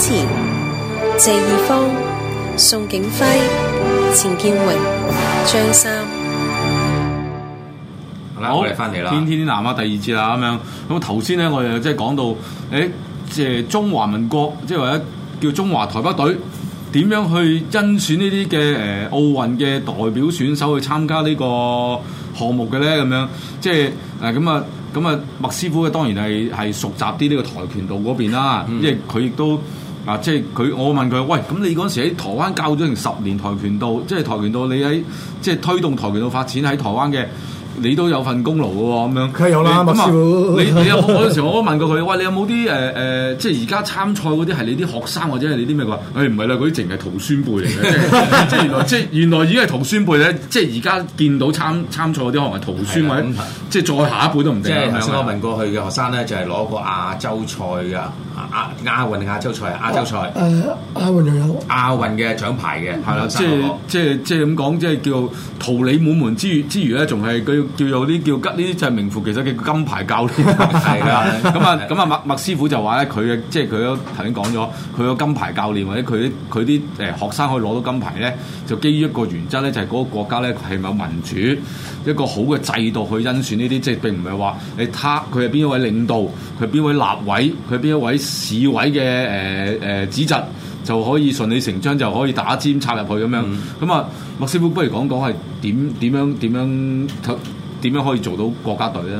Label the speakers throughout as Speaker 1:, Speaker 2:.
Speaker 1: 持：謝義方、宋景輝、錢建榮、張三。
Speaker 2: 好啦，我哋翻嚟啦。
Speaker 3: 天天南亞第二節啦，咁樣咁頭先咧，我哋即係講到誒，即係中華民國，即係或者叫中華台北隊點樣去甄選呢啲嘅誒奧運嘅代表選手去參加呢個項目嘅咧？咁樣即係誒咁啊咁啊，麥師傅嘅當然係係熟習啲呢個跆拳道嗰邊啦，因為佢亦都。啊！即係佢，我問佢：喂，咁你嗰陣時喺台灣教咗成十年跆拳道，即係跆拳道你喺即係推動跆拳道發展喺台灣嘅，你都有份功勞嘅喎，咁樣。
Speaker 4: 梗係有啦
Speaker 3: 你咁啊
Speaker 4: 麥師傅
Speaker 3: 你你有 冇嗰陣時我都問過佢：喂，你有冇啲誒誒，即係而家參賽嗰啲係你啲學生或者係你啲咩？佢話：誒唔係啦，嗰啲淨係徒孫輩嚟嘅，即係即 係原來即係原來已經係徒孫輩咧，即係而家見到參參賽嗰啲可能係徒孫或者
Speaker 2: 係啦
Speaker 3: 即係再下一輩都唔
Speaker 2: 即
Speaker 3: 定啊。
Speaker 2: 係頭
Speaker 3: 咁
Speaker 2: 先
Speaker 3: 樣
Speaker 2: 我
Speaker 3: 啊
Speaker 2: 問過去嘅學生咧，就係攞過亞洲賽嘅亞亞運亞洲賽啊亞洲賽
Speaker 4: 誒亞運又有，
Speaker 2: 亞運嘅獎牌嘅，
Speaker 3: 係
Speaker 2: 有
Speaker 3: 啦，即
Speaker 2: 三個
Speaker 3: 係即係即係咁講，即係叫桃李滿門之餘之餘咧，仲係佢叫做啲叫吉呢啲就係名副其實嘅金牌教練。係
Speaker 2: 啦
Speaker 3: 咁啊咁啊，麥麥師傅就話咧，佢嘅即係佢都頭先講咗，佢個金牌教練或者佢啲佢啲誒學生可以攞到金牌咧，就基於一個原則咧，就係嗰個國家咧係咪有民主一個好嘅制度去甄選呢啲，即係並唔係話你他佢係邊一位領導，佢邊位立委，佢邊一位市委嘅誒誒指責。就可以順理成章就可以打尖插入去咁樣。咁啊、麥師傅不如講講係點點樣點樣點樣可以做到國家隊咧？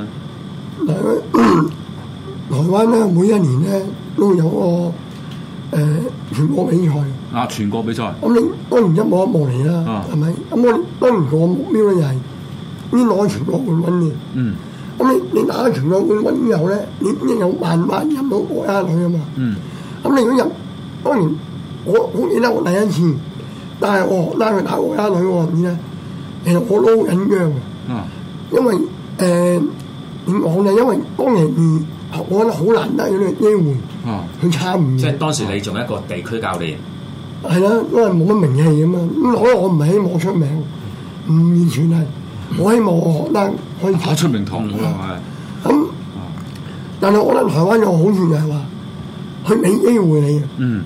Speaker 4: 台灣咧每一年咧都有個誒、全國比賽，
Speaker 3: 啊，全國比賽
Speaker 4: 咁你當然一幕一幕嚟啦
Speaker 3: 啊，
Speaker 4: 係咪？咁我哋當然個目標咧就係先攞全國冠軍嘅。
Speaker 3: 嗯
Speaker 4: 咁你你打咗全國冠軍之後咧，你你有慢慢入到國家隊啊嘛。
Speaker 3: 嗯
Speaker 4: 咁你如果入，當然我我記得我第一次，但係我學生去打國家隊嗰陣時咧，其實我都好緊張嘅，
Speaker 3: 啊
Speaker 4: 因為誒點講咧？因為當年嗯我覺得好難得有呢個機會
Speaker 3: 啊
Speaker 4: 去參與
Speaker 2: 即係
Speaker 4: 嘅，
Speaker 2: 當時你仲係一個地區教練，
Speaker 4: 係啦，因為冇乜名氣啊嘛。咁可能我唔係希望出名，唔完全係，我希望我學生可以
Speaker 3: 打出名堂㗎嘛
Speaker 4: 咁，但係我覺得台灣有個好處就係話，佢俾機會你嘅。
Speaker 3: 嗯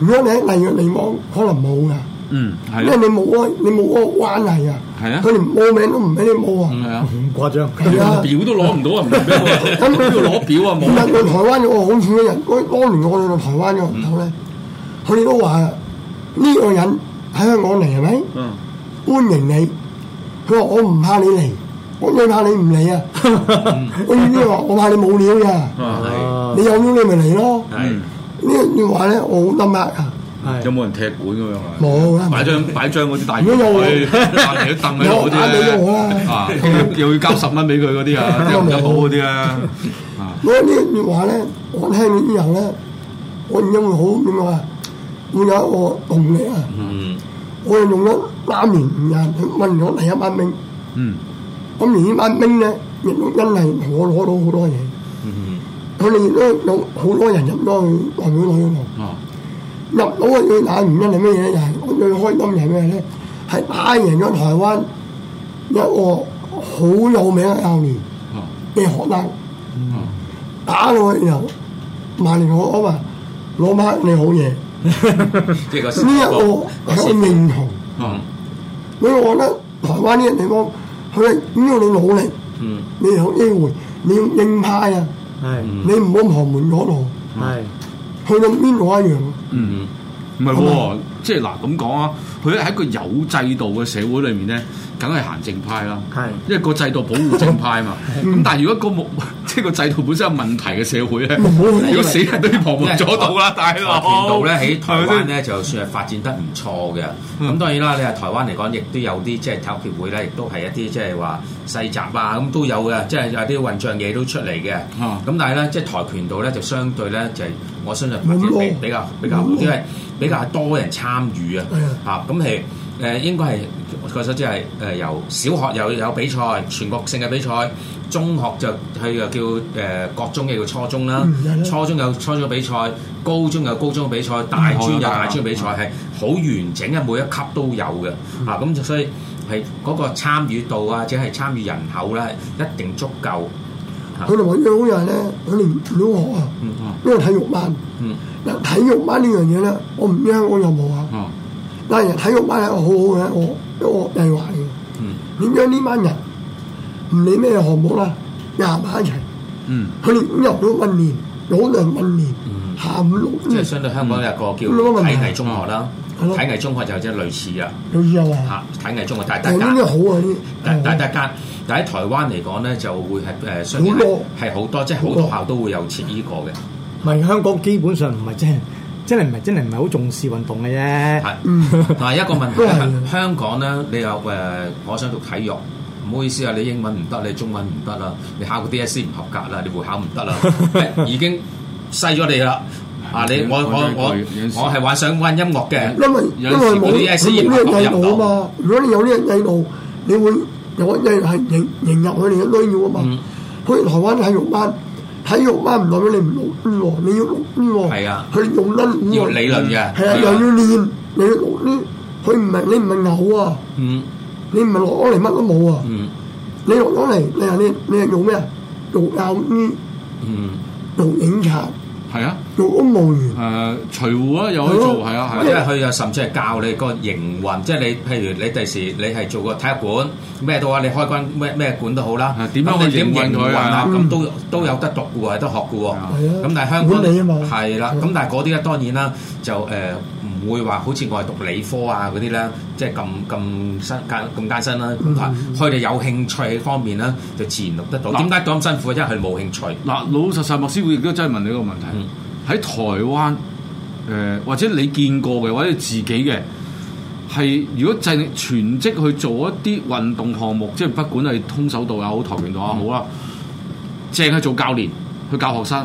Speaker 4: 如果你喺第二個地方，可能冇㗎。
Speaker 3: 嗯係
Speaker 4: 因
Speaker 3: 咯
Speaker 4: 為你冇嗰你冇嗰個關係啊，
Speaker 3: 係啊
Speaker 4: 佢連報名都唔俾你報啊，
Speaker 3: 係
Speaker 2: 嗯
Speaker 3: 啊，
Speaker 4: 唔誇張，係啊，
Speaker 3: 表都攞唔到啊，唔明咩喎
Speaker 4: 咁
Speaker 3: 邊度攞表啊
Speaker 4: 但係
Speaker 3: 冇。
Speaker 4: 對台灣有個好處嘅人，我當年我哋到台灣嘅朋
Speaker 3: 嗯
Speaker 4: 友咧，佢哋都話啊呢個人喺香港嚟係咪
Speaker 3: 嗯
Speaker 4: 歡迎你？佢話我唔怕你嚟，我最怕你唔嚟啊！
Speaker 3: 嗯
Speaker 4: 我呢啲話我怕你冇料㗎，
Speaker 3: 啊
Speaker 2: 係嗯
Speaker 4: 你有料你咪嚟咯。
Speaker 2: 係
Speaker 4: 呢句話咧我好深刻啊，
Speaker 3: 有冇人踢館咁樣啊？
Speaker 4: 冇啦，
Speaker 3: 擺張擺張嗰啲大
Speaker 4: 如果有
Speaker 3: 台搭條凳喺度嗰
Speaker 4: 有打俾
Speaker 3: 啲
Speaker 4: 我
Speaker 3: 咧，
Speaker 4: 啦。
Speaker 3: 啊又要交十蚊俾佢嗰啲啊，又唔得好嗰啲啊，
Speaker 4: 我呢啲説話咧，我聽完之後咧，我而家會好點講啊？會有一個動力啊！
Speaker 2: 嗯
Speaker 4: 我哋用咗三年時間去揾咗第一班兵，
Speaker 3: 嗯
Speaker 4: 咁而呢班兵咧，亦都真係同我攞到好多嘢。
Speaker 2: 嗯
Speaker 4: 佢哋亦都有好多人入咗去代表隊嗰度，
Speaker 3: 啊
Speaker 4: 入到去最大原因係咩嘢咧？就係、我最開心嘅係咩咧？係打贏咗台灣一個好有名嘅教練
Speaker 3: 啊
Speaker 4: 嘅學生。
Speaker 3: 啊
Speaker 4: 打落去又萬年好啊嘛，老媽你好嘢，呢
Speaker 2: 嗯即係個
Speaker 4: 一個
Speaker 2: 個
Speaker 4: 係我
Speaker 2: 師傅
Speaker 4: 認同，
Speaker 2: 嗯
Speaker 3: 啊
Speaker 4: 所以我覺得台灣呢個地方，佢係只要你努力，
Speaker 2: 嗯
Speaker 4: 你有機會，你要硬派啊，
Speaker 5: 係
Speaker 2: 嗯
Speaker 4: 你唔好旁門左道，
Speaker 5: 係
Speaker 4: 去到邊度一樣。
Speaker 3: 嗯。
Speaker 2: 嗯
Speaker 3: 唔係喎，即係嗱咁講啊，佢喺一個有制度嘅社會裏面咧，梗係行正派啦，
Speaker 5: 係
Speaker 3: 因為個制度保護正派 嘛。咁但係如果個冇 即係個制度本身有問題嘅社會咧，如果死人都要旁門左道 啦，大
Speaker 2: 跆
Speaker 3: 佬。
Speaker 2: 拳啊道咧喺台
Speaker 3: 係
Speaker 2: 灣
Speaker 3: 咪先
Speaker 2: 咧就算係發展得唔錯嘅，咁當然啦，你係台灣嚟講，亦都有啲即係體育協會咧，亦都係一啲即係話細集啊，咁都有嘅，即係有啲混帳嘢都出嚟嘅。
Speaker 3: 啊
Speaker 2: 咁但係咧，即係跆拳道咧就相對咧就係我相信發展
Speaker 4: 冇咯
Speaker 2: 比比較比較好，
Speaker 4: 冇咯
Speaker 2: 因為比較多人參與啊
Speaker 4: 係啊。
Speaker 2: 嚇咁係誒應該係據所知係誒由小學有有比賽，全國性嘅比賽，中學就佢又叫誒國中嘅叫初中啦
Speaker 4: 嗯係，啦
Speaker 2: 初中有初中比賽，高中有高中比賽，大專
Speaker 4: 嗯
Speaker 2: 有大專比賽，係好完整嘅，每一級都有嘅。
Speaker 4: 嗯
Speaker 2: 啊，咁就所以係嗰個參與度啊，或者係參與人口咧，一定足夠。
Speaker 4: 嗯佢哋話最好就係咧，佢哋唔小學啊，呢個體育班
Speaker 2: 嗯，
Speaker 4: 嗱，體育班呢樣嘢咧，我唔知香港有冇啊？
Speaker 3: 哦，
Speaker 4: 但係體育班係好好嘅，我我計劃嚟嘅。
Speaker 3: 嗯
Speaker 4: 點解呢班人唔理咩項目啦，廿埋一齊，
Speaker 3: 嗯，
Speaker 4: 佢哋五日都訓練，早兩訓練，下午六
Speaker 2: 嗯即係
Speaker 4: 點，
Speaker 2: 相對香港有個叫體藝中學啦，
Speaker 4: 嗯
Speaker 2: 體藝中學就即係類似啦，
Speaker 4: 有意有啊！
Speaker 2: 嚇體藝中學，但係
Speaker 4: 但係呢
Speaker 2: 大
Speaker 4: 啲
Speaker 2: 家。
Speaker 4: 好啊，呢
Speaker 2: 但但
Speaker 4: 啲
Speaker 2: 大家，但喺台灣嚟講咧，就會係誒相對係
Speaker 4: 好多
Speaker 2: 係好多，即係好多學校都會有設呢個嘅。
Speaker 5: 唔係香港基本上唔係真係真係唔係真係唔係好重視運動嘅啫。
Speaker 2: 係
Speaker 4: 嗯，
Speaker 2: 同埋一個問題
Speaker 4: 都係
Speaker 2: 咧，
Speaker 4: 嘅
Speaker 2: 香港咧，你又誒、呃我想讀體育，唔好意思啊，你英文唔得，你中文唔得啦，你考個 DSE 唔合格啦，你會考唔得 啦，誒已經篩咗你啦。啊！你我我我我係玩想玩音樂嘅，
Speaker 4: 因為因為冇
Speaker 2: 有時嗰
Speaker 4: 佢
Speaker 2: 啲 SE
Speaker 4: 冇呢個制
Speaker 2: 入
Speaker 4: 度
Speaker 2: 唔
Speaker 4: 啊
Speaker 2: 到
Speaker 4: 嘛。如果你有呢個制度，你會有個制度係迎迎入佢哋嘅需要啊嘛
Speaker 2: 嗯。
Speaker 4: 好似台灣體育班，體育班唔代表你唔讀書喎，你要讀書喎。
Speaker 2: 係啊
Speaker 4: 佢用得喎
Speaker 2: 要理論嘅。
Speaker 4: 係啊，又要練，你要讀書。佢唔係你唔係牛啊，
Speaker 2: 嗯
Speaker 4: 你唔係落咗嚟乜都冇啊。
Speaker 2: 嗯
Speaker 4: 你落咗嚟，你係你你係做咩啊？做教醫，
Speaker 2: 嗯，
Speaker 4: 做警察，
Speaker 3: 係啊，
Speaker 4: 做公務員。
Speaker 3: 誒除戶啊，又可以做，係啊，
Speaker 2: 因
Speaker 3: 係
Speaker 2: 為
Speaker 3: 啊，
Speaker 2: 佢又甚至係教你個營運，即係你譬如你第時你係做個體育館咩都啊，你開間咩咩館都好啦
Speaker 3: 係，啊點樣
Speaker 2: 咁你
Speaker 3: 去營運佢
Speaker 2: 啊
Speaker 3: 啊？
Speaker 2: 咁都都有得讀嘅喎，有得學嘅喎
Speaker 3: 係啊。
Speaker 4: 係啊，
Speaker 2: 咁但係香港
Speaker 4: 管理啊嘛，
Speaker 2: 係啦，
Speaker 4: 係
Speaker 2: 咁但係嗰啲咧當然啦，就誒唔會話好似我係讀理科啊嗰啲咧，即係咁咁辛艱咁艱辛啦。
Speaker 4: 嗯
Speaker 2: 咁但係佢哋有興趣喺方面咧，就自然讀得到。
Speaker 3: 嗱
Speaker 2: 點解咁辛苦？啊因為佢冇興趣。
Speaker 3: 嗱，老實實莫師傅亦都真係問你一個問題
Speaker 2: 嗯，
Speaker 3: 喺台灣誒或者你見過嘅或者你自己嘅。係，如果就係全職去做一啲運動項目，即係不管係空手道又好、跆拳道又好啦，
Speaker 2: 嗯
Speaker 3: 淨係做教練去教學生，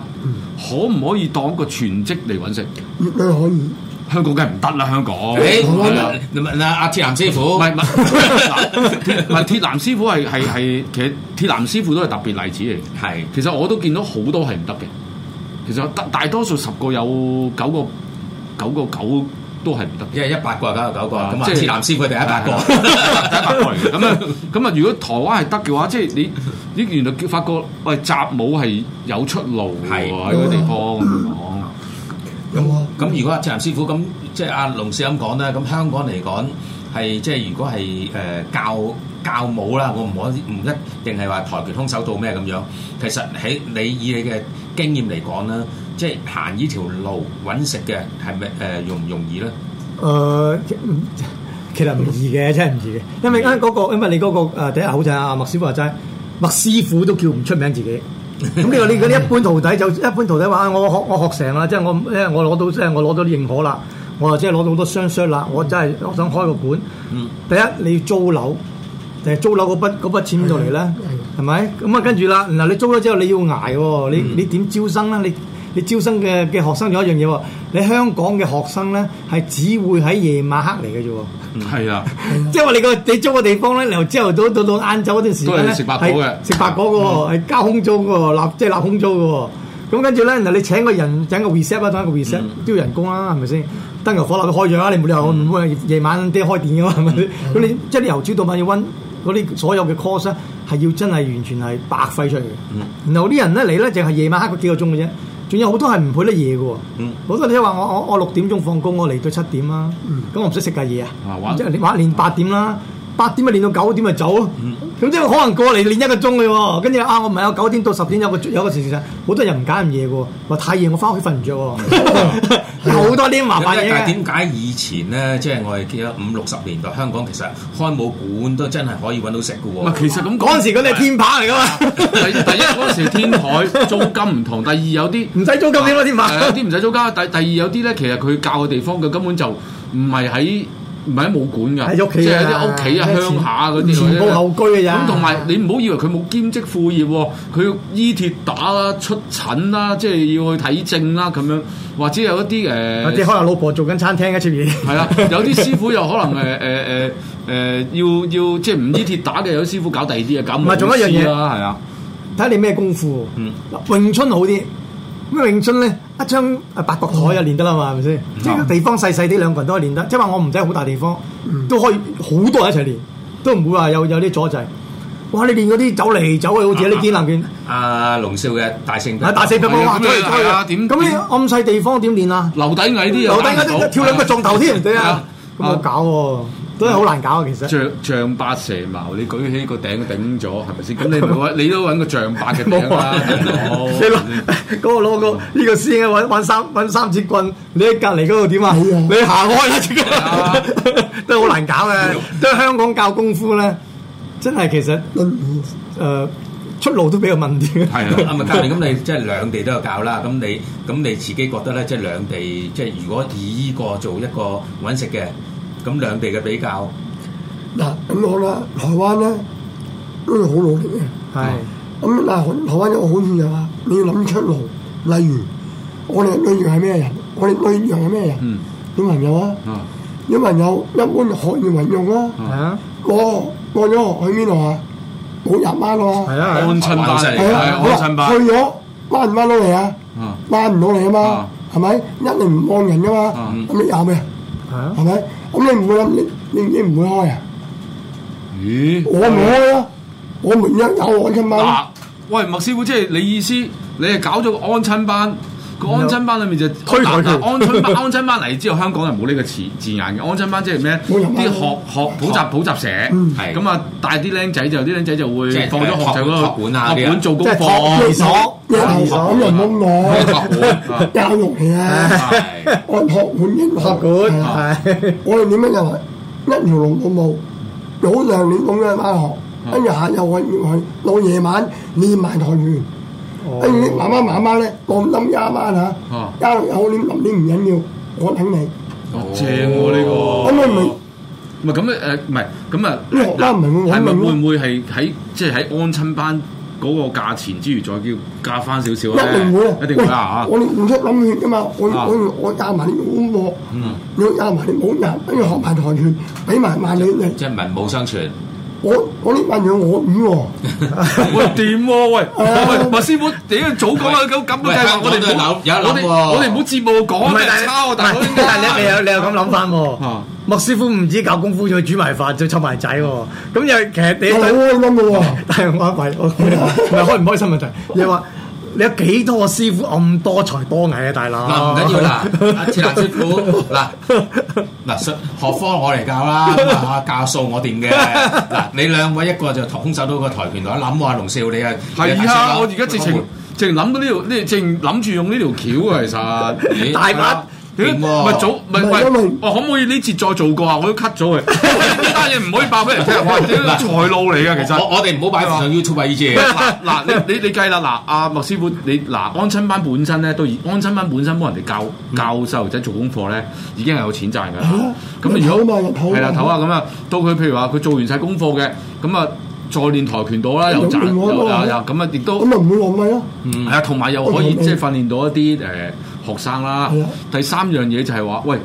Speaker 3: 可唔可以當一個全職嚟揾食？
Speaker 4: 絕對可以。
Speaker 3: 香港梗係唔得啦，香港。
Speaker 2: 誒，啊
Speaker 3: 係啊
Speaker 2: 嗱嗱阿鐵男師
Speaker 3: 唔
Speaker 2: 傅，
Speaker 3: 係唔係， 唔係鐵男師傅係係係，其實鐵男師傅都係特別例子嚟。
Speaker 2: 係
Speaker 3: 其實我都見到好多係唔得嘅，其實大大多數十個有九個九個九都係唔 得嘅。
Speaker 2: 因為一百個九十九個，咁啊
Speaker 3: 即係啊
Speaker 2: 鐵男師傅第一百個。
Speaker 3: 第一百個嚟嘅咁啊咁啊！如果台灣係得嘅話，即係你你原來發覺喂習武係有出路
Speaker 2: 係
Speaker 3: 嘅喎喺個地方咁講。
Speaker 4: 有啊，
Speaker 2: 咁如果阿鄭師傅咁，即係阿龍師咁講咧，咁香港嚟講係即係如果係誒、呃教教武啦，我唔可以唔一定係話跆拳空手道咩咁樣。其實喺你以你嘅經驗嚟講啦，即係行呢條路揾食嘅係咪誒容唔容易咧？
Speaker 5: 誒、呃嗯其實唔易嘅，真係唔易嘅，因
Speaker 2: 嗯
Speaker 5: 為啱嗰、個，因為你嗰、個、呃誒第一口就係阿麥師傅話齋，麥師傅都叫唔出名 自己。咁呢個你嗰啲一般徒弟就一般徒弟話啊我學我學成啦，即係我因為我攞到即係我攞到啲認可啦，我即係攞到好多雙雙啦，我真係我想開個館。
Speaker 2: 嗯
Speaker 5: 第一你要租樓，定係租樓嗰筆嗰筆錢邊度嚟咧？係嗯咪？咁啊，跟住啦，嗱，你租咗之後你要捱喎，你你點招生咧？你你招生嘅嘅學生有一樣嘢喎，你香港嘅學生咧係只會喺夜晚黑嚟嘅啫喎，
Speaker 3: 係啊，
Speaker 5: 即係話你個你租個地方咧，由朝頭早到到晏晝嗰段時
Speaker 3: 都
Speaker 5: 間咧，
Speaker 3: 係食白果嘅嗯
Speaker 5: 係食白果嘅喎，係交空租嘅喎，立即係立空租嘅喎。咁跟住咧，嗱你請個人請個 reset 啦，當一個 reset
Speaker 3: 嗯
Speaker 5: 都要人工啦，係咪先？燈油火蠟都開咗啦，你冇理由唔會夜晚啲開電嘅嘛，係咪？
Speaker 3: 嗯
Speaker 5: 咁你即係你由朝到晚要温嗰啲所有嘅 course 咧，係要真係完全係白費出嚟
Speaker 3: 嗯
Speaker 5: 嘅。然後啲人咧嚟咧，淨係夜晚黑嗰幾個鐘嘅啫，仲有好多係唔配得夜嘅喎。
Speaker 3: 嗯
Speaker 5: 好多你話我我我六點鐘放工，我嚟到七點啦，咁我唔使食嘅嘢啊。
Speaker 3: 嗯啊玩
Speaker 5: 即係你玩練八點啦，八點咪練到九點咪走咯。
Speaker 3: 嗯
Speaker 5: 咁即係可能過嚟練一個鐘嘅喎，跟住啊，我唔係有九點到十點有個有個時時間，好多人唔揀咁夜嘅喎，話太夜我翻屋企瞓唔着 喎，有好多呢啲麻煩啊
Speaker 2: 但
Speaker 5: 嘢
Speaker 2: 係
Speaker 5: 嘅。
Speaker 2: 點解以前咧，即係我哋記得五六十年代香港其實開武館都真係可以揾到食嘅
Speaker 3: 唔係
Speaker 2: 喎。
Speaker 3: 其實咁
Speaker 5: 嗰
Speaker 3: 講
Speaker 5: 陣時嗰啲係天棚嚟噶嘛，
Speaker 3: 第第一嗰陣時天台租金唔同，第二有啲
Speaker 5: 唔使租金點咯天
Speaker 3: 係啊有
Speaker 5: 棚。
Speaker 3: 啲唔使租家，第第二有啲咧，其實佢教嘅地方佢根本就唔係喺唔係喺武館㗎，
Speaker 5: 喺屋企
Speaker 3: 即係
Speaker 5: 啊
Speaker 3: 啲屋企啊、
Speaker 5: 咩前
Speaker 3: 鄉下嗰啲
Speaker 5: 前鋪後居嘅啊咋
Speaker 3: 咁同埋你唔好以為佢冇兼職副業喎，佢要醫鐵打啦、出診啦，即係要去睇症啦咁樣，或者有一啲
Speaker 5: 或
Speaker 3: 誒
Speaker 5: 者啊可能老婆做緊餐廳嘅出面。
Speaker 3: 係啦，有啲師傅又可能誒誒誒誒要要即係唔醫鐵打嘅，有啲師傅搞第二啲嘢，搞
Speaker 5: 唔係仲有一樣嘢
Speaker 3: 舞獅啦，係啊，
Speaker 5: 睇你咩功夫。
Speaker 2: 嗯
Speaker 5: 嗱，詠春好啲，咁詠春咧一張啊八角台就練得啦嘛，係咪先？
Speaker 3: 嗯
Speaker 5: 即係個地方細細啲，兩個人都可以練得，即係話我唔使好大地方，都可以好多人一齊練，都唔會話有有啲阻滯。哇！你練嗰啲走嚟走去，
Speaker 3: 啊
Speaker 5: 好似啲劍南拳，
Speaker 2: 阿龍少嘅大聖
Speaker 5: 啊大四腳
Speaker 3: 係啊
Speaker 5: 哇！
Speaker 3: 咁
Speaker 5: 走嚟
Speaker 3: 你
Speaker 5: 走去
Speaker 3: 係啊
Speaker 5: 啊，
Speaker 3: 點
Speaker 5: 咁你咁細地方點練啊？
Speaker 3: 留底矮啲又
Speaker 5: 留低嗰啲跳兩個撞頭添，對
Speaker 3: 啊
Speaker 5: 啊，咁好搞喎，都係好難搞啊，其實。
Speaker 3: 象象八蛇矛，你舉起個頂頂咗，係咪先？咁你咪揾，你都揾個象八嘅頂啦。
Speaker 5: 你攞嗰個攞個呢個師兄揾揾三揾三節棍，你喺隔離嗰度點啊？你行開啦，自己 都好難搞嘅。即係香港教功夫咧，真係其實
Speaker 4: 論語
Speaker 5: 誒出路都比較問啲。
Speaker 3: 係
Speaker 2: 啊，咪教練咁你即係兩地都有教啦，咁你咁你自己覺得咧，即係兩地即係如果以呢個做一個揾食嘅，咁兩地嘅比較，
Speaker 4: 嗱咁講啦，台灣咧都係好努力嘅。
Speaker 5: 係
Speaker 4: 咁嗱，台灣有個好處就係話你要諗出路，例如我哋對象係咩人，我哋對象係咩人，
Speaker 3: 嗯
Speaker 4: 小朋友啊，
Speaker 3: 啊
Speaker 4: 小朋友一般學業運用啦，
Speaker 5: 係啊
Speaker 4: 過過咗學去邊度啊？冇入班喎，
Speaker 5: 係啊！
Speaker 3: 安親班
Speaker 2: 係啊
Speaker 4: 係
Speaker 3: 係
Speaker 4: 啊，好
Speaker 3: 安親班
Speaker 4: 啦，去咗翻唔翻到嚟啊？
Speaker 3: 啊
Speaker 4: 翻唔到嚟啊嘛
Speaker 3: 啊，
Speaker 4: 係咪？一定唔按人噶嘛
Speaker 3: 嗯，
Speaker 4: 咁你有咩？
Speaker 5: 係啊
Speaker 4: 係咪？咁你唔會諗，你你你唔會開啊？
Speaker 3: 咦？
Speaker 4: 我唔開啊！我明約有我親
Speaker 3: 嗱
Speaker 4: 班，，
Speaker 3: 喂，麥師傅，即係你意思，你係搞咗個安親班，個安親班裏面就
Speaker 5: 推佢
Speaker 3: 嗱嗱安親班，安親班嚟之後，香港人冇呢個詞字眼嘅。安親班即係咩？
Speaker 4: 冇人班
Speaker 3: 啲學學補習補習社，
Speaker 4: 嗯
Speaker 2: 係
Speaker 3: 咁啊，帶啲僆仔就啲僆仔就會
Speaker 2: 即係
Speaker 3: 放咗學就嗰
Speaker 2: 托
Speaker 3: 度
Speaker 2: 管啊
Speaker 3: 學
Speaker 2: 啲
Speaker 3: 管
Speaker 2: 啊
Speaker 3: 做功
Speaker 5: 即係托
Speaker 3: 課
Speaker 5: 兒所
Speaker 4: 你
Speaker 5: 托兒
Speaker 4: 係
Speaker 5: 所
Speaker 4: 咁又唔好
Speaker 2: 托管
Speaker 4: 我，教育嚟啊！
Speaker 2: 係
Speaker 4: 我學管英學
Speaker 5: 學
Speaker 4: 係啊
Speaker 5: 管係
Speaker 4: 我哋點樣就係一條龍服務，早上練咁樣翻學，跟住下晝我去到夜晚練埋跆拳。跟住啲媽媽媽媽咧，我唔諗加班嚇
Speaker 3: 哦，
Speaker 4: 加有啲臨啲唔緊要，我等你。
Speaker 3: 哦正喎呢個
Speaker 4: 咁你咪
Speaker 3: 唔係咁誒，唔係咁啊，
Speaker 4: 呢學家唔明我
Speaker 3: 係咪
Speaker 4: 明
Speaker 3: 會
Speaker 4: 咯
Speaker 3: 唔會係喺即係喺安親班嗰個價錢之餘，再叫加翻少少咧？
Speaker 4: 一定會啊！
Speaker 3: 一定會啊！
Speaker 4: 喂我哋唔出諗血噶嘛，我
Speaker 3: 啊
Speaker 4: 我我教埋你功課，要教埋你武藝，跟住學埋跆拳，俾埋萬你嚟。
Speaker 2: 即係文武雙全，
Speaker 4: 我我呢份嘢我唔喎，
Speaker 3: 喂掂喎，喂喂，麥師傅，你早講啦，咁咁嘅
Speaker 2: 喂
Speaker 3: 計劃，我哋唔好
Speaker 2: 有有諗
Speaker 3: 我哋
Speaker 2: 喎
Speaker 3: 我哋唔好節目講，俾人抄啊，大佬
Speaker 5: 唔係但係你你又你又咁諗翻喎
Speaker 3: 啊。
Speaker 5: 麥師傅唔止教功夫，仲要煮埋飯，仲要湊埋仔喎。咁又其實你
Speaker 4: 我好
Speaker 5: 對，
Speaker 4: 開心嘅喎。
Speaker 5: 但係我唔係我唔係開唔開心問題，你話你有幾多個師傅咁多才多藝啊，大
Speaker 2: 嗱
Speaker 5: 佬？
Speaker 2: 唔緊要啦，
Speaker 3: 哦
Speaker 2: 阿鐵男師傅嗱嗱術學科我嚟教啦，咁啊教數我掂嘅。嗱你兩位一個就空手到個跆拳道，諗喎阿龍少你啊，你
Speaker 3: 係
Speaker 2: 大聲
Speaker 3: 啊，
Speaker 2: 啦
Speaker 3: 我而家直情直諗到呢條呢，正諗住用呢條橋啊，其實
Speaker 2: 咦
Speaker 5: 大把
Speaker 3: 屌
Speaker 2: 掂喎
Speaker 3: 咪早咪
Speaker 4: 唔係因
Speaker 3: 喂
Speaker 4: 為，
Speaker 3: 我可唔可以呢節再做過啊？我都 cut 咗佢，呢單嘢唔可以爆俾人聽，哇！屌財路嚟㗎，其實
Speaker 2: 我。我哋唔好擺上 YouTube 啊！ 呢啲嘢
Speaker 3: 嗱嗱，你你你計啦，嗱，阿麥師傅，你嗱安親班本身咧，到而安親班本身幫人哋教教細路仔做功課咧，已經係有錢賺㗎啦。咁
Speaker 4: 日
Speaker 3: 如
Speaker 4: 頭
Speaker 3: 果
Speaker 4: 啊嘛，日頭
Speaker 3: 係啦，唞下咁啊，到佢譬如話佢做完晒功課嘅，咁啊再練跆拳道啦，又賺又
Speaker 4: 又練
Speaker 3: 又
Speaker 4: 喎
Speaker 3: 又咁啊，亦都
Speaker 4: 咁咪唔會浪費咯。
Speaker 3: 係啊，同埋又可以即係訓練到一啲誒學生啦
Speaker 4: 係啊。
Speaker 3: 第三樣嘢就係話，喂，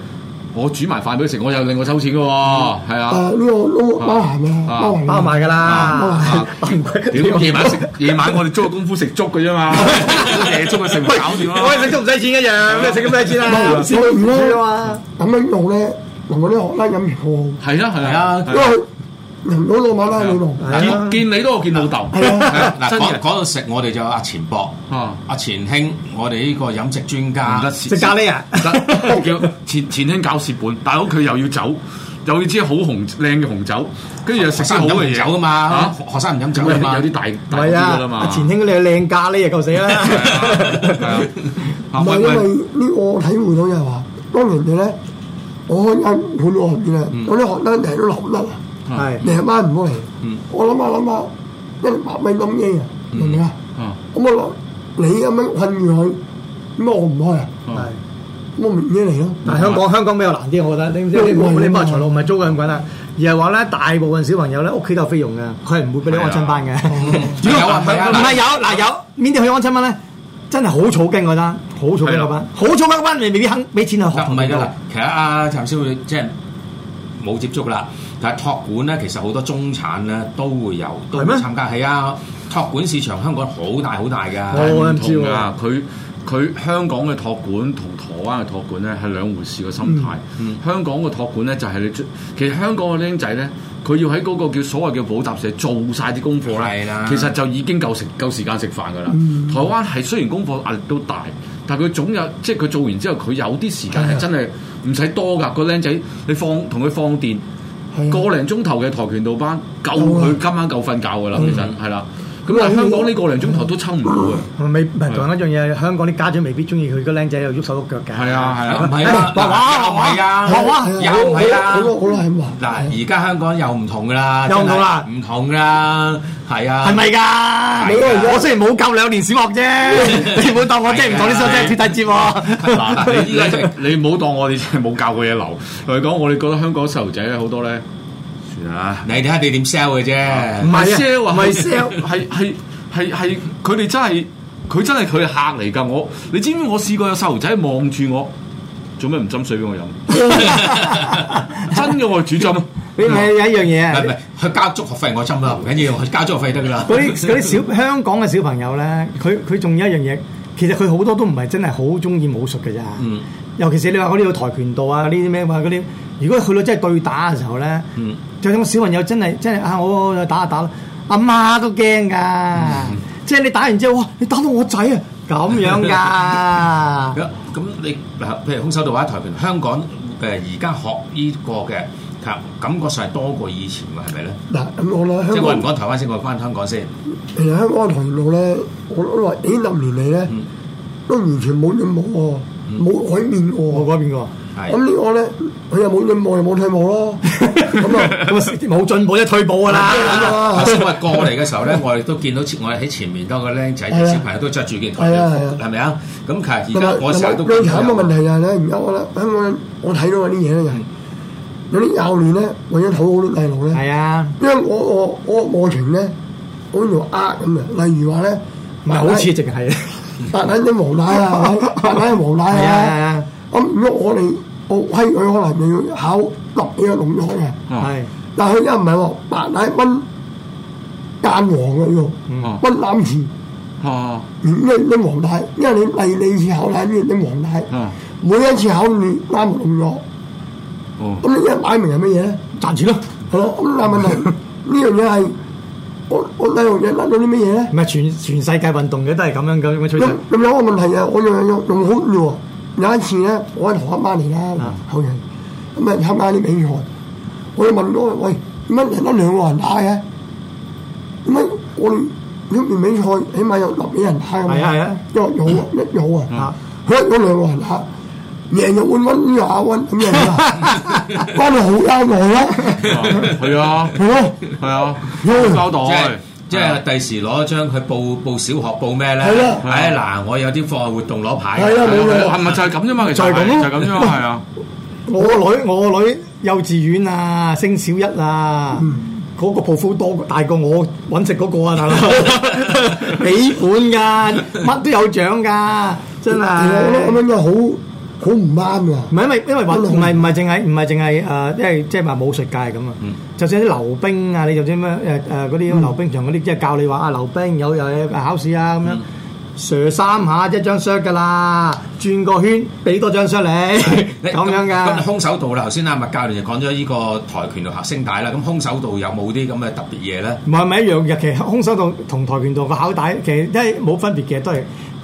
Speaker 3: 我煮埋飯俾佢食，我又另外收錢㗎喎，係
Speaker 4: 誒
Speaker 3: 啊。
Speaker 4: 呢個都包含啊，
Speaker 3: 啊
Speaker 4: 包含
Speaker 5: 包埋㗎啦
Speaker 4: 啊，
Speaker 5: 包埋
Speaker 3: 屌，夜晚食夜晚我哋租個功夫食粥嘅啫嘛，夜粥佢食咪搞掂咯。
Speaker 5: 喂，食都唔使錢一樣，咩食咁使錢啊？
Speaker 4: 唔係我唔
Speaker 5: 知
Speaker 4: 咯
Speaker 5: 啊嘛，
Speaker 4: 咁樣做咧，同嗰啲學生飲嘢
Speaker 3: 係啦，係
Speaker 2: 啊 Ờ.
Speaker 3: 啦
Speaker 4: 好，因，為人老老馬拉老龍，
Speaker 5: 係啊
Speaker 3: 見見你都我見老豆，
Speaker 4: 係啊，
Speaker 2: 嗱
Speaker 3: 真
Speaker 2: 講
Speaker 3: 嘅
Speaker 2: 講到食，我哋就有阿錢博、
Speaker 3: 啊，
Speaker 2: 阿錢兄，我哋呢個飲食專
Speaker 3: 唔得
Speaker 2: 家，
Speaker 3: 蝕
Speaker 5: 食咖喱啊！
Speaker 3: 得叫前前兄搞蝕本，大佬佢又要走，又要支好紅靚嘅紅酒，跟住又食
Speaker 2: 學生
Speaker 3: 啲好
Speaker 2: 唔
Speaker 3: 嘅
Speaker 2: 飲
Speaker 3: 嘢
Speaker 2: 酒啊嘛，學生唔飲酒
Speaker 3: 有
Speaker 2: 啊嘛，
Speaker 3: 啲大
Speaker 5: 唔
Speaker 3: 大
Speaker 5: 係
Speaker 3: 啲
Speaker 5: 啊
Speaker 3: 噶啦，嘛
Speaker 5: 阿，前兄你有靚咖喱啊，夠死
Speaker 3: 係啊啊
Speaker 5: 啦！
Speaker 4: 唔係
Speaker 3: 喂
Speaker 4: 因為
Speaker 3: 喂，
Speaker 4: 呢個我體會到就係話，當年嘅咧，我開間管我學院啊，
Speaker 2: 嗯
Speaker 4: 我啲學生成日都留得啊，
Speaker 5: 係
Speaker 4: 你阿媽唔好嚟，
Speaker 2: 嗯
Speaker 4: 我諗下諗下，一百蚊咁嘢啊，明唔明啊？
Speaker 3: 啊
Speaker 4: 咁我落你咁樣困住佢，咁我唔開啊，
Speaker 3: 嗯
Speaker 5: 係。
Speaker 4: 咁我明嘢嚟咯。
Speaker 5: 但係香港香港比較難啲，我覺得。你知唔知你冇你冇財路唔係租緊滾啦，而係話咧，大部分小朋友咧屋企都有費用嘅，佢係唔會俾你安親班嘅。
Speaker 2: 有啊
Speaker 5: 唔
Speaker 2: 係啊嗱
Speaker 5: 係有嗱有邊啲去安親班咧？真係好草根嗰單，好草根嗰班，好草根嗰班你未必肯俾錢去
Speaker 2: 嗱
Speaker 5: 學。
Speaker 2: 啊唔係㗎啦，其實阿譚師傅即係冇接觸啦，但係托管咧，其實好多中產咧都會有，都會
Speaker 5: 係咩
Speaker 2: 參加，係啊，托管市場香港好大好大㗎，
Speaker 5: 我
Speaker 3: 唔
Speaker 5: 唔知
Speaker 3: 同
Speaker 5: 喎
Speaker 3: 啊！佢佢香港嘅托管同台灣嘅托嗯管咧係兩回事嘅心態。香港嘅托管咧就係你最其實香港嘅僆仔咧佢要喺嗰個叫所謂嘅補習社做晒啲功課
Speaker 2: 係
Speaker 3: 咧
Speaker 2: 啦，
Speaker 3: 其實就已經夠食夠時間食飯㗎啦。台灣係雖然功課壓力都大，但係佢總有即係佢做完之後，佢有啲時間係啊真係唔使多㗎。個僆仔你放同佢放電。
Speaker 4: 係啊
Speaker 3: 個零鐘頭嘅跆拳道班夠
Speaker 4: 夠啊
Speaker 3: 佢今晚夠瞓覺㗎啦，其實係啦。咁但係
Speaker 4: 嗯
Speaker 3: 香港呢個零鐘頭都抽唔到啊嘅，
Speaker 5: 未唔係同一樣嘢，香港啲家長未必中意佢個僆仔又喐手喐腳㗎。
Speaker 3: 係啊係
Speaker 2: 唔
Speaker 3: 啊，
Speaker 2: 係啊，又唔係啊，
Speaker 4: 畫畫係啊
Speaker 2: 又唔係啊
Speaker 4: 好。多好多係咁啊話。
Speaker 2: 嗱，而家香港又唔同噶啦，
Speaker 5: 又唔同啦
Speaker 2: 真係唔同噶啦，係啊，
Speaker 5: 係咪㗎？我雖然冇教兩年小學 啫，你唔好當我真係唔同啲
Speaker 2: 啊
Speaker 5: 小學真係脱底節喎。
Speaker 3: 嗱，你依家真係你唔好當我哋真係冇教過嘢流。同你講，我哋覺得香港細路仔好多咧，算啦。
Speaker 2: 你睇下你點 sell 嘅啫
Speaker 5: 唔，
Speaker 3: 係
Speaker 5: 係啊
Speaker 3: sell 啊，
Speaker 5: 唔係 sell
Speaker 3: 係係係係，佢哋真係佢真係佢嘅客嚟㗎。我你知唔知我試過有細路仔望住我，做咩唔斟水俾我飲？ 真嘅喎，主斟。
Speaker 5: 你咪有一樣嘢
Speaker 2: 唔
Speaker 5: 啊
Speaker 2: 係唔！係，佢交足學費我針
Speaker 4: 嗯
Speaker 2: 啦，唔緊要，佢交足學費得噶啦。
Speaker 5: 嗰啲嗰啲小香港嘅小朋友咧，佢佢仲有一樣嘢，其實佢好多都唔係真係好中意武術嘅咋。
Speaker 2: 嗯
Speaker 5: 尤其是你話嗰啲有跆拳道啊，呢啲咩話嗰啲，如果去到真係對打嘅時候咧，
Speaker 2: 嗯
Speaker 5: 就算個小朋友真係真係啊，我我打下打啦，阿媽都驚㗎。即係你打完之後，哇！你打到我仔啊，嗯 咁啊樣㗎。
Speaker 2: 咁咁你嗱，譬如空手道或者跆拳道，香港誒而家學呢個嘅，感感覺上係多過以前喎，係咪咧？
Speaker 4: 嗱咁講啦，
Speaker 2: 即係
Speaker 4: 香
Speaker 2: 我唔
Speaker 4: 港
Speaker 2: 講台灣先，我翻香港先。
Speaker 4: 其實香港嘅跆拳道咧，我都話幾十年嚟咧
Speaker 2: 嗯，
Speaker 4: 都完全冇進步喎，冇改變
Speaker 5: 我
Speaker 4: 過。
Speaker 5: 嗰邊個
Speaker 2: 係
Speaker 4: 咁呢個咧，佢又冇進步又冇退步咯。咁啊，
Speaker 5: 冇進步即係退步㗎啦。
Speaker 2: 頭先我過嚟嘅時候咧，我哋都見到前我哋喺前面多個僆仔小朋友都着住件台
Speaker 4: 係啊係
Speaker 2: 服
Speaker 4: 啊，
Speaker 2: 係咪啊？咁其實而
Speaker 4: 同埋
Speaker 2: 家我
Speaker 4: 同
Speaker 2: 成日
Speaker 4: 埋
Speaker 2: 都
Speaker 4: 啊最
Speaker 2: 見
Speaker 4: 慘嘅
Speaker 2: 到有
Speaker 4: 問
Speaker 2: 啊
Speaker 4: 題就係咧，而家我咧香港我睇到嗰啲嘢咧，就係有啲教練咧為咗討好啲細路咧。
Speaker 5: 係啊，
Speaker 4: 因為我我我過程咧，好似條呃咁嘅。例如話咧，
Speaker 5: 唔係好似淨係。
Speaker 4: 白緊啲黃帶啊，白緊啲黃帶
Speaker 5: 係
Speaker 4: 啊。
Speaker 5: 啊
Speaker 4: 咁如果我哋我規佢可能你要考立呢個動作嘅，
Speaker 5: 係啊，
Speaker 3: 哦
Speaker 5: 係。
Speaker 4: 但係佢而家唔係喎，白帶分間黃嘅要
Speaker 5: 嗯
Speaker 3: 哦
Speaker 4: 分攬字，
Speaker 3: 哦
Speaker 4: 然之後拎黃帶，因為你第二次考帶先拎黃帶，
Speaker 3: 哦
Speaker 4: 每一次考你啱個動作，
Speaker 3: 哦
Speaker 4: 咁你一擺明係乜嘢咧？
Speaker 5: 賺錢咯，
Speaker 4: 係咯，咁但係問題呢樣嘢係我我第二樣嘢諗到啲乜嘢咧？
Speaker 5: 唔係全全世界運動嘅都係咁樣咁嘅
Speaker 4: 咁
Speaker 5: 趨勢。
Speaker 4: 咁有一個問題啊，我用用用好嘅喎。有一次咧，我喺台灣翻嚟啦
Speaker 5: 啊，
Speaker 4: 後人咁啊參加啲比賽，我哋問嗰個喂點解人得兩個人打嘅？點解我哋一年比賽起碼有十幾人打咁？
Speaker 5: 係啊係啊，
Speaker 4: 因為有啊一有啊
Speaker 5: 啊，
Speaker 4: 佢一有兩個人打，贏就冠軍，呢個亞軍咁樣啊，關你好交代啦，
Speaker 3: 係啊
Speaker 4: 係咯，
Speaker 3: 係啊，
Speaker 4: 嗯
Speaker 3: 交
Speaker 2: 即係
Speaker 3: 代啊
Speaker 2: 即係第時攞張佢報報小學報咩咧？
Speaker 4: 係啦
Speaker 2: 唉嗱，我有啲課外活動攞牌。啊
Speaker 4: 係啦冇錯
Speaker 3: 係咪就係咁啫嘛？其實
Speaker 5: 就係咁咯
Speaker 3: 就係咁啫嘛，係 啊。
Speaker 5: 我個女我個女幼稚園啊，升小一啊，嗰、個抱負多大過我揾食嗰個啊，大 佬俾本㗎，乜都有獎㗎，真
Speaker 4: 其實我覺得
Speaker 5: 係
Speaker 4: 咁。樣就好好唔啱㗎。
Speaker 5: 唔係因為因為運唔係唔係淨係唔係淨係誒，即係即係話武術界咁啊。就算啲溜冰啊，你就算咩誒誒嗰啲溜冰場嗰啲，即係教你話啊溜冰有有有考試啊咁樣。射三下一張削㗎啦，轉個圈俾多張削你，
Speaker 2: 你
Speaker 5: 咁樣
Speaker 2: 咁
Speaker 5: 㗎。
Speaker 2: 空手道啦，頭先阿啊麥教練就講咗呢個跆拳道合聲帶啦。咁空手道有冇啲咁嘅特別嘢咧？
Speaker 5: 唔係咪一樣嘅？其實空手道同跆拳道個考帶其實都係冇分別嘅，都係誒、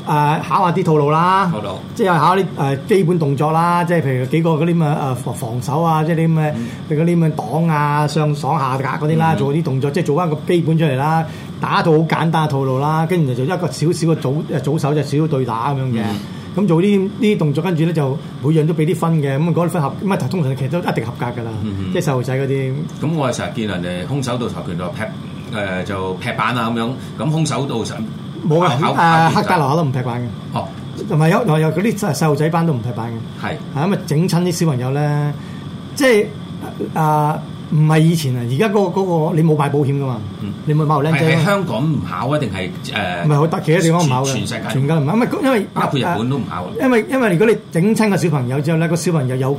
Speaker 5: 呃考下啲套路啦，
Speaker 2: 套路
Speaker 5: 即係考啲誒、呃基本動作啦，即係譬如幾個嗰啲咁嘅誒防防守啊，即係啲咁嘅嗰啲咁嘅擋啊、上爽下格嗰啲啦，做啲動作，即係做翻個基本出嚟啦，打到好簡單嘅套路啦，跟住就一個少少嘅組誒組手就少少對打咁樣嘅。咁做呢啲呢啲動作，跟住咧就每樣都俾啲分嘅，咁嗰啲分合咁啊，通常其實都一定合格㗎啦，即係細路仔嗰啲。
Speaker 2: 咁我係成日見人哋空手道、跆拳道劈誒就劈板啊咁樣。咁空手道上
Speaker 5: 冇啊，
Speaker 2: 考
Speaker 5: 誒
Speaker 2: 考
Speaker 5: 黑帶流下都唔踢板嘅。
Speaker 2: 哦，
Speaker 5: 同埋有同埋有嗰啲細細路仔班都唔踢板嘅，
Speaker 2: 係
Speaker 5: 係因為整親啲小朋友咧，即係啊唔係以前啊，而家嗰個嗰個你冇買保險噶嘛，你冇買條
Speaker 2: 嗯係
Speaker 5: 僆
Speaker 2: 喺
Speaker 5: 仔，啊
Speaker 2: 香港唔考啊，定係誒
Speaker 5: 唔係好得其他地方唔考嘅，
Speaker 2: 全全世界
Speaker 5: 全家唔考，因為啊因為
Speaker 2: 包括日本都唔考啊？
Speaker 5: 因為因為如果你整親個小朋友之後咧，個小朋友有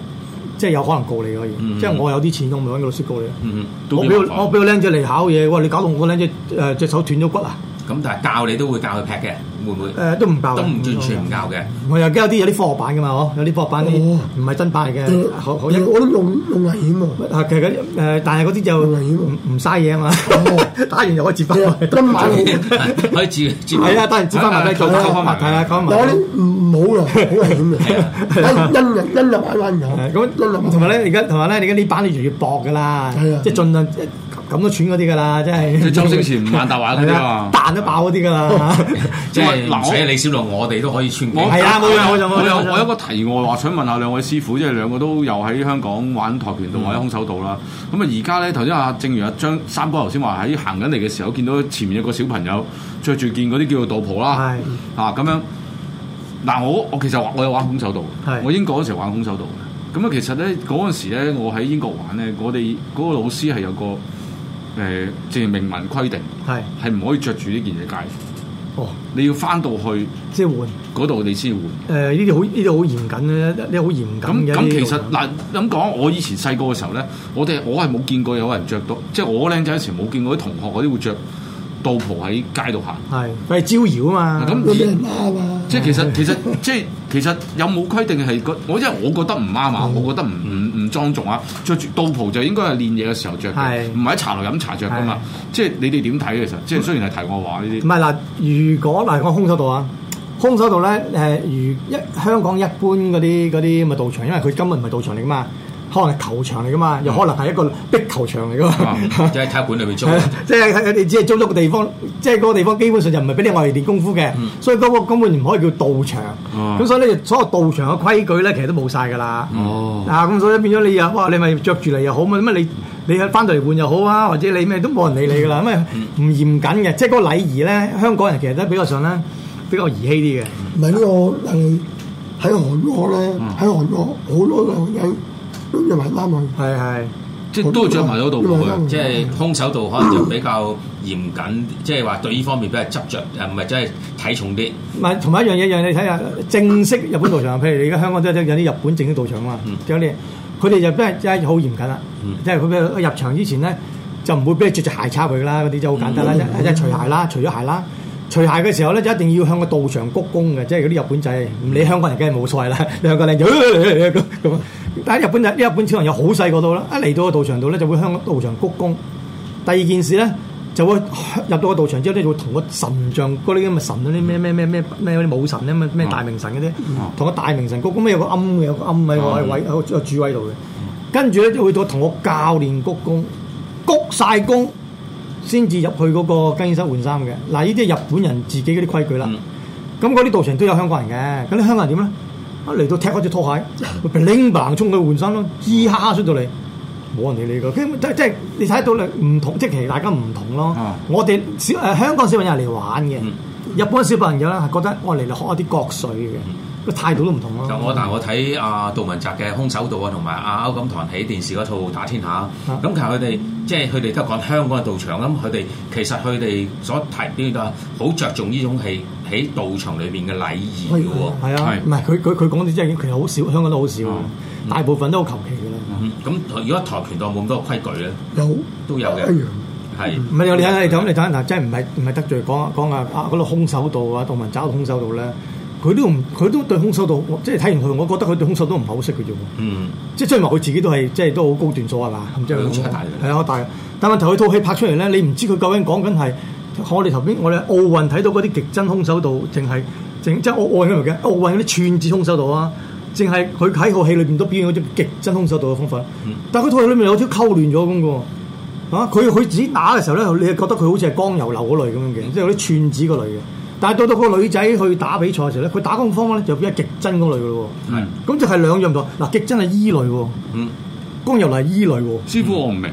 Speaker 5: 即係有可能告你可以，
Speaker 2: 嗯
Speaker 5: 即係我有啲錢，我咪揾個律師告你。
Speaker 2: 嗯，
Speaker 3: 都
Speaker 5: 我
Speaker 3: 幾
Speaker 5: 俾
Speaker 3: 麻
Speaker 5: 個
Speaker 3: 煩
Speaker 5: 我俾個僆仔嚟考嘢，哇！你搞到我個僆仔誒隻手斷咗骨啊！
Speaker 2: 咁咁但係教你都會教佢劈嘅，會唔會？
Speaker 5: 誒都唔教嘅，啊
Speaker 2: 都唔完全唔教 嘅。
Speaker 5: 我又有啲有啲科學版噶嘛，嗬，有啲科學版啲
Speaker 4: 哦
Speaker 5: 唔係真版嚟嘅，好好一
Speaker 4: 我都用用危險喎。
Speaker 5: 啊，其實嗰啲誒，但係嗰啲就
Speaker 4: 危險
Speaker 5: 唔唔嘥嘢啊嘛， 打完又可以接翻落去。
Speaker 4: 今晚
Speaker 2: 可以接接
Speaker 5: 係啊，打完接翻埋
Speaker 3: 啊
Speaker 5: 咧，再
Speaker 3: 啊
Speaker 5: 再
Speaker 3: 啊
Speaker 5: 開埋，係啦，講埋。
Speaker 4: 攞啲唔好啦，好危險嘅。因人因人玩玩
Speaker 5: 係啊
Speaker 4: 嘅，因
Speaker 5: 咁
Speaker 4: 人
Speaker 5: 同埋咧，而家同埋咧，你而家呢版你越嚟越薄噶啦
Speaker 4: 係啊，
Speaker 5: 即係盡量即係咁都串嗰啲噶啦，即
Speaker 3: 即
Speaker 5: 係。
Speaker 3: 係周星馳唔眼大話嗰啲啊
Speaker 5: 彈都爆嗰啲噶啦。
Speaker 2: 即係
Speaker 3: 嗱
Speaker 2: 唔
Speaker 3: 我
Speaker 2: 使李小龍，我哋都可以穿
Speaker 3: 我
Speaker 2: 過。
Speaker 5: 係啊冇錯
Speaker 3: 我
Speaker 5: 冇錯
Speaker 3: 有
Speaker 5: 冇錯
Speaker 3: 我有一個題外話想問下兩位師傅，即係兩個都有喺香港玩跆拳道或者空手道啦。咁啊而家咧頭先啊，正如阿張三哥頭先話喺行緊嚟嘅時候，見到前面有個小朋友着住件嗰啲叫做道袍啦
Speaker 5: 係，
Speaker 3: 啊咁樣。嗱我我其實我有玩空手道嘅
Speaker 5: 係，
Speaker 3: 我英國嗰時候玩空手道嘅。咁啊其實咧嗰陣時咧，我喺英國玩咧，我哋嗰個老師係有個誒即係明文規定，
Speaker 5: 係，
Speaker 3: 係唔可以着住呢件嘢街，
Speaker 5: 哦，
Speaker 3: 你要翻到去
Speaker 5: 即係換
Speaker 3: 嗰度你先換。
Speaker 5: 誒呢啲好呢啲好嚴謹嘅，呢啲好嚴
Speaker 3: 咁
Speaker 5: 謹嘅。
Speaker 3: 咁其實嗱咁講，我以前細個嘅時候咧，我哋我係冇見過有人着到，即係我僆仔嗰時冇見過啲同學嗰啲會着道袍喺街度行。
Speaker 5: 係佢係招搖啊嘛。
Speaker 3: 咁
Speaker 4: 有啲人啱啊。
Speaker 3: 即係其實其實即係其實有冇規定係個我因為我覺得唔啱啊，
Speaker 5: 嗯
Speaker 3: 我覺得唔唔唔莊重啊，着住道袍就應該係練嘢嘅時候着嘅，
Speaker 5: 係嗯
Speaker 3: 唔係喺茶樓飲茶着噶嘛。即係你哋點睇其實？即係雖然係題外話呢
Speaker 5: 唔
Speaker 3: 啲，
Speaker 5: 係嗱，如果嗱講空手道啊，空手道咧誒、如一香港一般嗰啲嗰啲咪道場，因為佢根本唔係道場嚟噶嘛，可能係球場嚟噶嘛，又可能係一個壁球場嚟噶嘛。
Speaker 2: 即係體育館裏面租
Speaker 5: 係。 啊即係佢哋只係租咗個地方，即係嗰個地方基本上就唔係俾你外嚟練功夫嘅，所以嗰個根本唔可以叫道場。
Speaker 3: 哦
Speaker 5: 咁、所以咧，所有道場嘅規矩咧，其實都冇晒㗎啦。
Speaker 2: 嗯
Speaker 3: 哦
Speaker 5: 啊，咁所以變咗你又哇，你咪着住嚟又好嘛，咁啊你你翻到嚟換又好啊，或者你咩都冇人理你㗎啦，咁啊唔嚴謹嘅，即係嗰個禮儀咧，香港人其實都比較上咧比較兒戲啲嘅。
Speaker 4: 唔係呢個係喺韓國咧，喺韓國好多女人都着埋衫去。
Speaker 5: 係係
Speaker 3: 即係都着埋咗道袍
Speaker 5: 嗯
Speaker 3: 去。
Speaker 2: 即係空手道可能就比較嚴謹，即係話對呢方面比較執着，誒唔係真係睇重啲。
Speaker 5: 唔係同埋一樣嘢，一樣你睇下正式日本道場，譬如你而家香港都有有啲日本正式道場啊嘛，有啲佢哋就真係真係好嚴謹啦，即係佢嘅入場之前咧就唔會俾你着隻鞋插佢啦，嗰啲就好簡單啦，一一除鞋啦，除咗鞋啦。除鞋嘅時候咧，就一定要向個道場鞠躬嘅，即係嗰啲日本仔，唔理香港人梗係冇所謂啦。 兩個靚仔咁咁，啊但係日本仔，日本小朋友好細個到啦，一嚟到個道場度咧，就會向個道場鞠躬。第二件事咧，就會入到個道場之後咧，就會同個神像嗰啲咁嘅神嗰啲咩咩咩咩咩嗰啲武神咧，咩咩大明神嗰啲，同個大明神鞠躬，咩有個庵嘅，有個庵喺個位喺個主位度嘅。跟住咧就會到同個教練鞠躬，鞠晒躬先至入去嗰個更衣室換衫嘅。嗱，呢啲係日本人自己嗰啲規矩啦。咁嗰啲道場都有香港人嘅，咁啲香港人點咧？一嚟到踢開隻 拖鞋，佢拎棒衝去換衫咯，咿哈哈出到嚟，冇人理你㗎。跟即即係你睇到你唔同，即係其實大家唔同咯。
Speaker 3: 啊
Speaker 5: 我哋小誒、香港小朋友係嚟玩嘅，
Speaker 2: 嗯
Speaker 5: 日本小朋友咧係覺得我嚟嚟學一啲國粹嘅，個態度都唔同咯。
Speaker 2: 嗯就我但係我睇阿杜汶澤嘅《空手道》啊，同埋阿歐錦棠喺電視嗰套《打天下》，
Speaker 5: 啊
Speaker 2: 咁其實佢哋即係佢哋都係講香港嘅道場，咁佢哋其實佢哋所提到好着重呢種係喺道場裏邊嘅禮儀嘅喎。
Speaker 5: 係啊，
Speaker 3: 係
Speaker 5: 唔係佢佢佢講啲真係其實好少，香港都好
Speaker 2: 啊
Speaker 5: 少嘅，大部分都好求其嘅啦。
Speaker 2: 嗯咁如果跆拳道冇咁多規矩咧，
Speaker 4: 有
Speaker 2: 都有嘅
Speaker 4: 一樣，
Speaker 2: 係
Speaker 5: 哎唔係你睇下你咁你睇下嗱，真係唔係唔係得罪講講啊啊嗰度空手道啊，杜汶澤空手道咧，佢都唔佢都對空手道，我即係睇完佢，我覺得佢對空手道唔係好識嘅啫喎。
Speaker 2: 嗯
Speaker 5: 即係雖然話佢自己都係即係都好高段數係嘛，咁即係
Speaker 2: 佢好
Speaker 5: 咁
Speaker 2: 出
Speaker 5: 講
Speaker 2: 大嘅
Speaker 5: 係啊，好大嘅。但問題佢套戲拍出嚟咧，你唔知佢究竟講緊係我哋頭邊我哋奧運睇到嗰啲極真空手道，淨係淨即係奧奧運嗰條嘅奧運嗰啲串子空手道啊，淨係佢喺套戲裏邊都表現嗰種極真空手道嘅方法。
Speaker 2: 嗯
Speaker 5: 但係佢套戲裏面有啲溝亂咗咁嘅喎。啊！佢佢自己打嘅時候咧，你係覺得佢好似係江油流嗰類咁樣嘅，即係有啲串子嗰類嘅。但係到到個女仔去打比賽嘅時候咧，佢打嗰個方法咧就變咗極真嗰類嘅咯喎。
Speaker 3: 係
Speaker 5: 咁就係兩樣唔同。嗱，極真係依類喎，
Speaker 2: 嗯，
Speaker 5: 光油嚟依類喎。
Speaker 3: 師傅我唔明，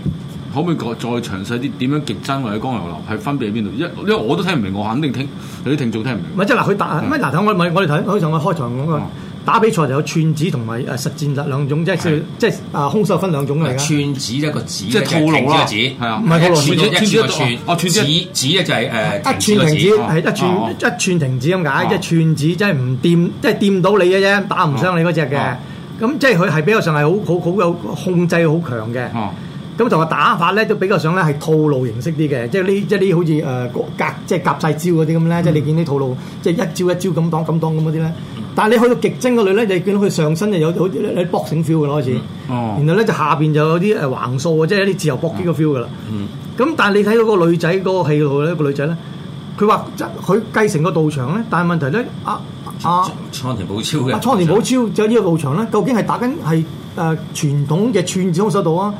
Speaker 3: 可唔可以講再詳細啲點樣極真或者光油流係分別喺邊度？因因為我都聽唔明，我肯定聽有啲聽眾聽唔明。
Speaker 5: 唔係即係嗱，佢打咩嗱？睇我咪我哋睇好似我開場講過
Speaker 3: 嗯
Speaker 5: 打比賽就有串子同埋誒實戰術兩種，即係即係啊空手分兩種嚟㗎。
Speaker 2: 串子一個指
Speaker 3: 即係套路啦，
Speaker 2: 指
Speaker 3: 係啊，
Speaker 5: 唔係套路
Speaker 2: 一串一串
Speaker 3: 串哦，串
Speaker 2: 指
Speaker 3: 子
Speaker 2: 指咧就係誒
Speaker 5: 一啊串停止係一
Speaker 3: 哦
Speaker 5: 串一串停止咁解，
Speaker 3: 哦
Speaker 5: 一串子即係唔掂，即係掂到你嘅啫，打唔傷你嗰只嘅
Speaker 3: 哦。
Speaker 5: 咁即係佢係比較上係好好好有控制好強嘅。
Speaker 3: 哦，
Speaker 5: 咁同埋打法咧都比較上咧係套路形式啲嘅，即係呢即係呢好似誒、呃夾即係夾晒招嗰啲咁
Speaker 3: 嗯
Speaker 5: 咧，即係你見啲套路即係一招一招咁擋咁擋咁嗰啲咧。
Speaker 3: 嗯
Speaker 5: 但係你去到極精嗰類咧，你見到佢上身就有好似有啲 boxing feel 嘅啦開始，
Speaker 3: 哦
Speaker 5: 然後咧就下邊就有啲誒橫掃啊，即係一啲自由搏擊嘅 feel 噶啦。咁但係你睇到個女仔嗰個戲路咧，個女仔咧，佢話佢繼承個道場咧，但係問題咧，啊 啊
Speaker 2: 哦倉田寶超
Speaker 5: 啊，
Speaker 2: 嘅
Speaker 5: 倉田寶超就呢個道場咧，究竟係打緊係誒傳統嘅串子空手道啊，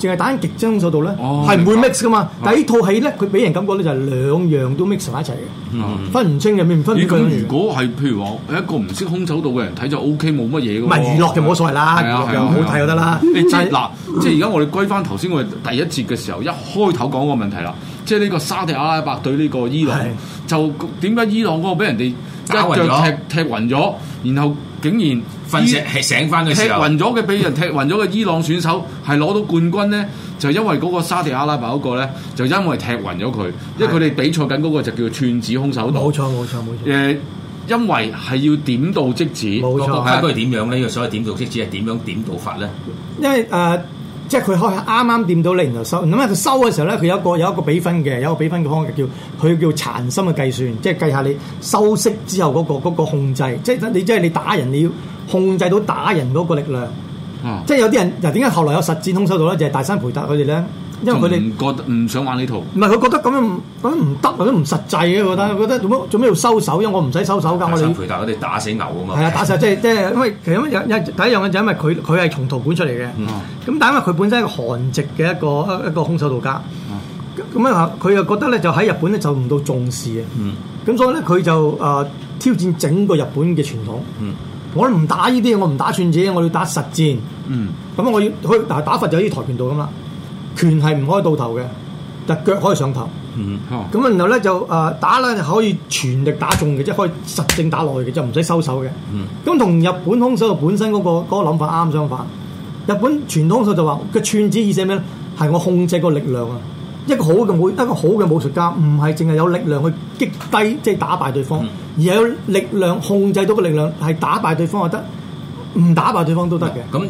Speaker 5: 淨係打緊極真空手道咧，
Speaker 3: 哦
Speaker 5: 係唔會 mix 噶嘛？但係呢套戲咧，佢俾人感覺咧就係兩樣都 mix 埋一齊嘅，
Speaker 2: 嗯
Speaker 5: 分唔清嘅，唔分
Speaker 3: 咦
Speaker 5: 邊個樣
Speaker 3: 咁如
Speaker 5: 嘢。
Speaker 3: 果係譬如話一個唔識空手道嘅人睇就 O K 冇乜嘢嘅喎，
Speaker 5: 唔係娛樂就冇所謂啦，
Speaker 3: 係啊係
Speaker 5: 娛樂就
Speaker 3: 啊
Speaker 5: 呃好睇就得啦。
Speaker 3: 你知
Speaker 5: 但係
Speaker 3: 嗱，即係而家我哋歸翻頭先我哋第一節嘅時候，一開頭講個問題啦，即係呢個沙地阿拉伯對呢個伊朗
Speaker 5: 係，
Speaker 3: 就點解伊朗嗰個俾人哋
Speaker 2: 打
Speaker 3: 一
Speaker 2: 暈
Speaker 3: 腳
Speaker 2: 咗
Speaker 3: 踢踢暈咗，然後竟然
Speaker 2: 瞓
Speaker 3: 伊
Speaker 2: 醒係醒翻嘅
Speaker 3: 踢
Speaker 2: 時候，
Speaker 3: 暈咗嘅俾人踢暈咗嘅伊朗選手係攞到冠軍咧，就因為嗰個沙地阿拉伯嗰個咧，就因為踢暈咗佢，因為佢哋比賽緊嗰個就叫串子空手道。
Speaker 5: 冇錯冇錯冇錯，
Speaker 3: 誒，因為係要點到即止，
Speaker 5: 冇
Speaker 2: 個
Speaker 5: 錯
Speaker 2: 個
Speaker 5: 係
Speaker 2: 規矩點樣呢？呢個所謂點道即止係點樣點道法咧？
Speaker 5: 因為誒。即係佢可以啱啱掂到你，然後收。咁啊，佢收嘅時候咧，佢有一個有一個比分嘅，有一個比分嘅方法叫佢叫殘心嘅計算，即係計下你收息之後嗰、個嗰個控制，即係你即係你打人你要控制到打人嗰個力量。
Speaker 3: 啊
Speaker 5: 即係有啲人嗱，點解後來有實戰空手道咧？就係、大山培達佢哋咧，因為佢
Speaker 3: 就
Speaker 5: 哋
Speaker 3: 唔覺得唔想玩呢套。
Speaker 5: 唔係佢覺得咁樣唔咁樣唔得，或者唔實際嘅，覺得覺得做乜做咩要收手？因為我唔使收手㗎，
Speaker 2: 大
Speaker 5: 我哋
Speaker 2: 山。培達佢哋打死牛啊嘛，
Speaker 5: 係啊，打手即係即係，因為其實因為有有第一樣嘅就因為佢佢係從圖館出嚟嘅，咁、但係因為佢本身係一個韓籍嘅一個一一個空手道家，咁啊佢又覺得咧就喺日本咧就唔到重視嘅，咁、所以咧佢就誒、呃挑戰整個日本嘅傳統，我唔打呢啲嘢，我唔打串子，我要打實戰。
Speaker 3: 嗯，
Speaker 5: 咁我要去嗱打佛就好似跆拳道咁啦，拳係唔可以到頭嘅，但腳可以上頭。
Speaker 2: 嗯
Speaker 3: 哦
Speaker 5: 咁啊，然後咧就誒、呃打咧可以全力打中嘅，即係可以實正打落去嘅，就唔使收手嘅。咁同、日本空手道本身嗰、個嗰、個諗法啱相反。日本傳統空手就話嘅串子意思係咩咧？係我控制個力量啊！一個好嘅武一個好嘅武術家，唔係淨係有力量去擊低即係打敗對方，而係有力量控制到個力量係打敗對方就得，唔打敗對方都得嘅。
Speaker 2: 咁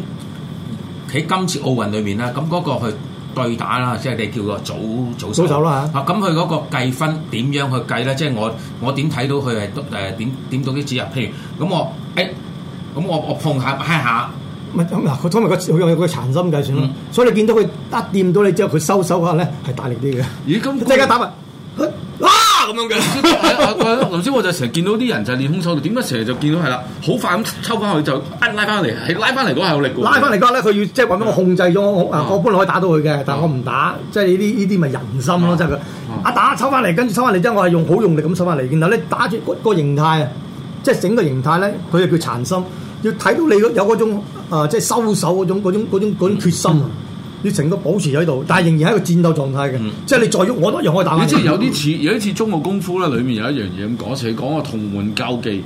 Speaker 2: 喺今次奧運裏面啦，咁嗰個去對打啦，即係你叫個組組
Speaker 5: 組手啦
Speaker 2: 啊，咁佢嗰個計分點樣去計咧？即係我我點睇到佢係誒點點到啲指入？譬如咁我誒咁我我碰下揩下，
Speaker 5: 咪咁嗱，佢因為佢佢有個殘心計算咯
Speaker 2: 嗯，
Speaker 5: 所以你見到佢一掂到你之後，佢收手嗰下咧係大力啲嘅，
Speaker 3: 咦咁
Speaker 5: 即刻打埋，啊咁樣嘅。
Speaker 3: 我我啊我頭先我就成日見到啲人就係練空手道，點解成日就見到係啦，好快咁抽翻去就啊拉翻嚟，係拉翻嚟嗰下有力嘅喎。
Speaker 5: 拉翻嚟嗰下咧，佢要即係揾到我控制咗我，啊我本來可以打到佢嘅，但我唔
Speaker 3: 啊
Speaker 5: 打，即係呢啲呢啲咪人心咯，即係佢一打抽翻嚟，跟住抽翻嚟之後，我係用好用力咁抽翻嚟，然後咧打住個個形態啊，即係整個形態咧，佢就叫殘心，要睇到你有嗰種啊即係收手嗰種嗰種嗰種嗰種決心
Speaker 3: 嗯
Speaker 5: 啊，要成個保持喺度，但係仍然喺一個戰鬥狀態嘅，即係你再喐我都一樣可以打
Speaker 3: 嗯你
Speaker 5: 返
Speaker 3: 知
Speaker 5: 你。
Speaker 3: 有啲似有啲似中國功夫咧，裡面有一樣嘢咁講，成日講個同門交技。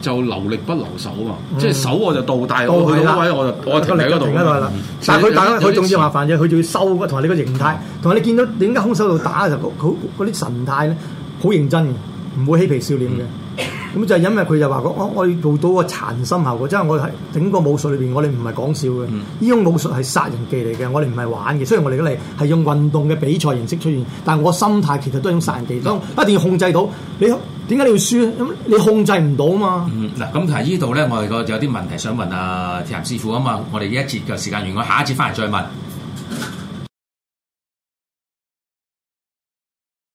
Speaker 3: 就留力不留手啊嘛，
Speaker 5: 嗯
Speaker 3: 即係手我就到，但係我去到嗰位我 就我就停
Speaker 5: 力
Speaker 3: 喺嗰度
Speaker 5: 停喺度啦
Speaker 3: 嗯。
Speaker 5: 但係佢
Speaker 3: 有
Speaker 5: 但係
Speaker 3: 有
Speaker 5: 佢
Speaker 3: 啲
Speaker 5: 仲
Speaker 3: 似
Speaker 5: 要麻煩嘅，佢仲要收嗰同埋你個形態，同埋你見到點解空手道打嘅時候，
Speaker 3: 嗯
Speaker 5: 佢佢嗰啲神態咧好認真嘅，唔會嬉皮笑臉嘅。
Speaker 3: 嗯
Speaker 5: 咁就係因為佢就話我我我要做到個殘心效果，即係我係整個武術裏邊，我哋唔係講笑嘅。
Speaker 3: 嗯
Speaker 5: 呢種武術係殺人技嚟嘅，我哋唔係玩嘅。雖然我哋嚟係用運動嘅比賽形式出現，但係我心態其實都係一種殺人技，當一定要控制到你點解你要輸咧？咁你控制唔到啊嘛。
Speaker 2: 嗯嗱咁嗱呢度咧，我哋個有啲問題想問啊鐵男師傅啊嘛，我哋呢一節嘅時間完，我下一節翻嚟再問。